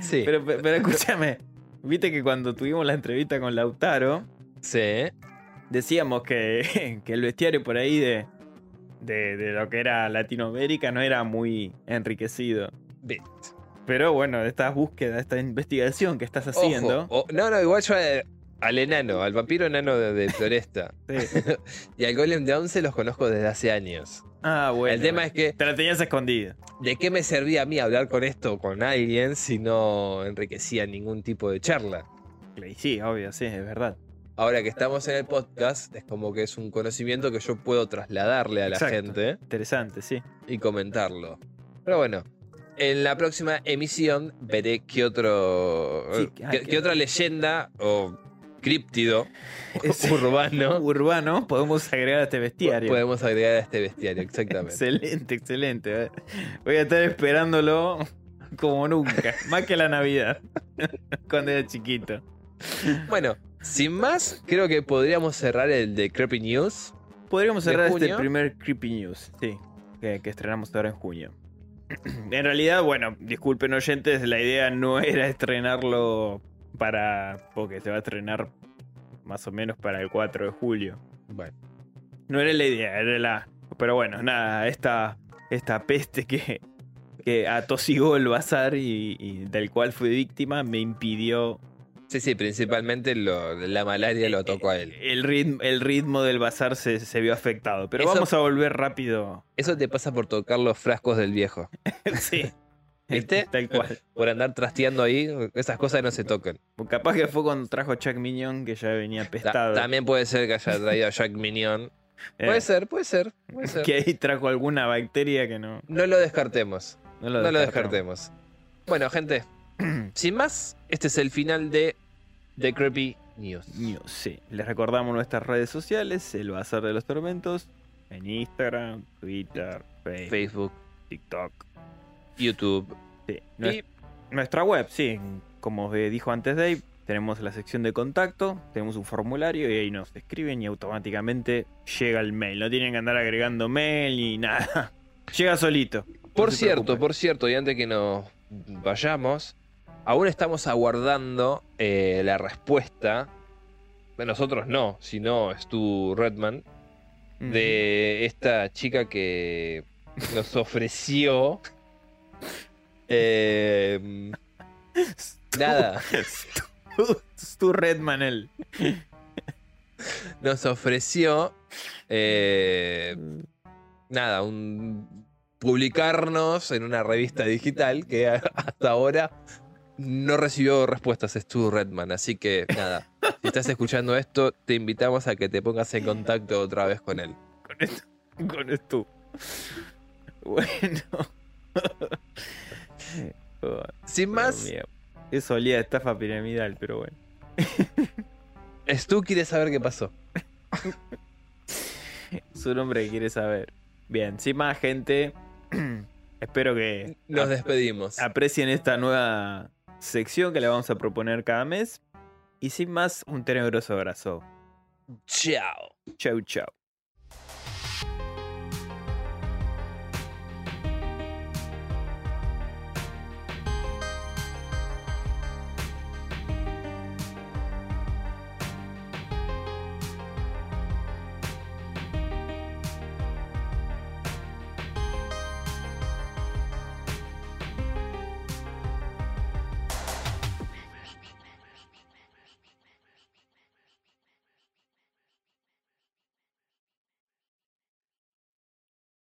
S3: Sí.
S4: Pero, pero pero escúchame, viste que cuando tuvimos la entrevista con Lautaro,
S3: Sí.
S4: decíamos que, que el bestiario por ahí de, de, de lo que era Latinoamérica no era muy enriquecido.
S3: Bien.
S4: Pero bueno, esta búsqueda, esta investigación que estás haciendo,
S3: Ojo, o- no, no, igual yo eh, al enano, al vampiro enano de, de Floresta
S4: sí.
S3: y al golem de 11 los conozco desde hace años.
S4: Ah, bueno.
S3: El tema
S4: bueno.
S3: es que,
S4: Te la tenías escondida.
S3: ¿de qué me servía a mí hablar con esto o con alguien si no enriquecía ningún tipo de charla?
S4: Y sí, obvio, sí, es verdad.
S3: Ahora que estamos en el podcast, es como que es un conocimiento que yo puedo trasladarle a la
S4: Exacto.
S3: gente
S4: Interesante, sí.
S3: y comentarlo. Pero bueno, en la próxima emisión veré qué otro.
S4: Sí, ah,
S3: qué-
S4: qué-
S3: qué otra leyenda o críptido
S4: Es-
S3: urbano
S4: Urbano, podemos agregar a este bestiario.
S3: Podemos agregar a este bestiario, exactamente.
S4: Excelente, excelente. eh. Voy a estar esperándolo como nunca. Más que la Navidad. Cuando era chiquito.
S3: Bueno, sin más, creo que podríamos cerrar el de Creepy News.
S4: Podríamos
S3: ¿De
S4: cerrar este
S3: junio?
S4: primer Creepy News. Sí. Que, que estrenamos ahora en junio. En realidad, bueno, disculpen oyentes, la idea no era estrenarlo para. porque se va a estrenar más o menos para el 4 de julio.
S3: Bueno,
S4: No era la idea, era la. Pero bueno, nada, esta, esta peste que, que atosigó el bazar y, y del cual fui víctima me impidió.
S3: sí, sí, principalmente lo- la malaria lo tocó a él.
S4: El ritmo, el ritmo del bazar se, se vio afectado. Pero
S3: Eso-
S4: vamos a volver rápido.
S3: Eso te pasa por tocar los frascos del viejo.
S4: sí.
S3: ¿Viste?
S4: Tal cual.
S3: Por andar trasteando ahí, esas cosas no se tocan.
S4: Porque capaz que fue cuando trajo Chuck Minion que ya venía
S3: Ta-
S4: apestado.
S3: también puede ser que haya traído a Jack Minion.
S4: Eh,
S3: Puede ser, puede ser, puede ser.
S4: que ahí trajo alguna bacteria que no.
S3: No lo descartemos.
S4: No lo,
S3: No lo descartemos. Bueno, gente, sin más, este es el final de The Creepy News.
S4: News, sí. Les recordamos nuestras redes sociales, el Bazar de los Tormentos, en Instagram, Twitter, Facebook,
S3: Facebook,
S4: TikTok.
S3: YouTube.
S4: Sí. Nues-
S3: Y
S4: Nuestra web, sí. Como eh, dijo antes Dave, Tenemos la sección de contacto, tenemos un formulario y ahí nos escriben y automáticamente llega el mail. No tienen que andar agregando mail ni nada. Llega solito.
S3: Por
S4: se
S3: cierto,
S4: preocupen.
S3: por cierto, y antes que nos vayamos, aún estamos aguardando eh, la respuesta. De nosotros no, sino Stu Redman,
S4: Ujú.
S3: de esta chica que nos ofreció. eh, nada,
S4: Stu Redman, él.
S3: nos ofreció. eh, nada, un publicarnos en una revista digital que a- hasta ahora no recibió respuestas Stu Redman, así que nada, si estás escuchando esto, te invitamos a que te pongas en contacto otra vez con él.
S4: con esto, con esto. Bueno. Oh,
S3: Sin más,
S4: Dios mío. Eso olía a estafa piramidal, pero bueno.
S3: Stu quiere saber qué pasó.
S4: Su nombre que quiere saber. Bien, sin más gente, espero que
S3: Nos despedimos.
S4: aprecien esta nueva sección que le vamos a proponer cada mes. Y sin más, un tenebroso abrazo.
S3: Chao.
S4: Chau, chau.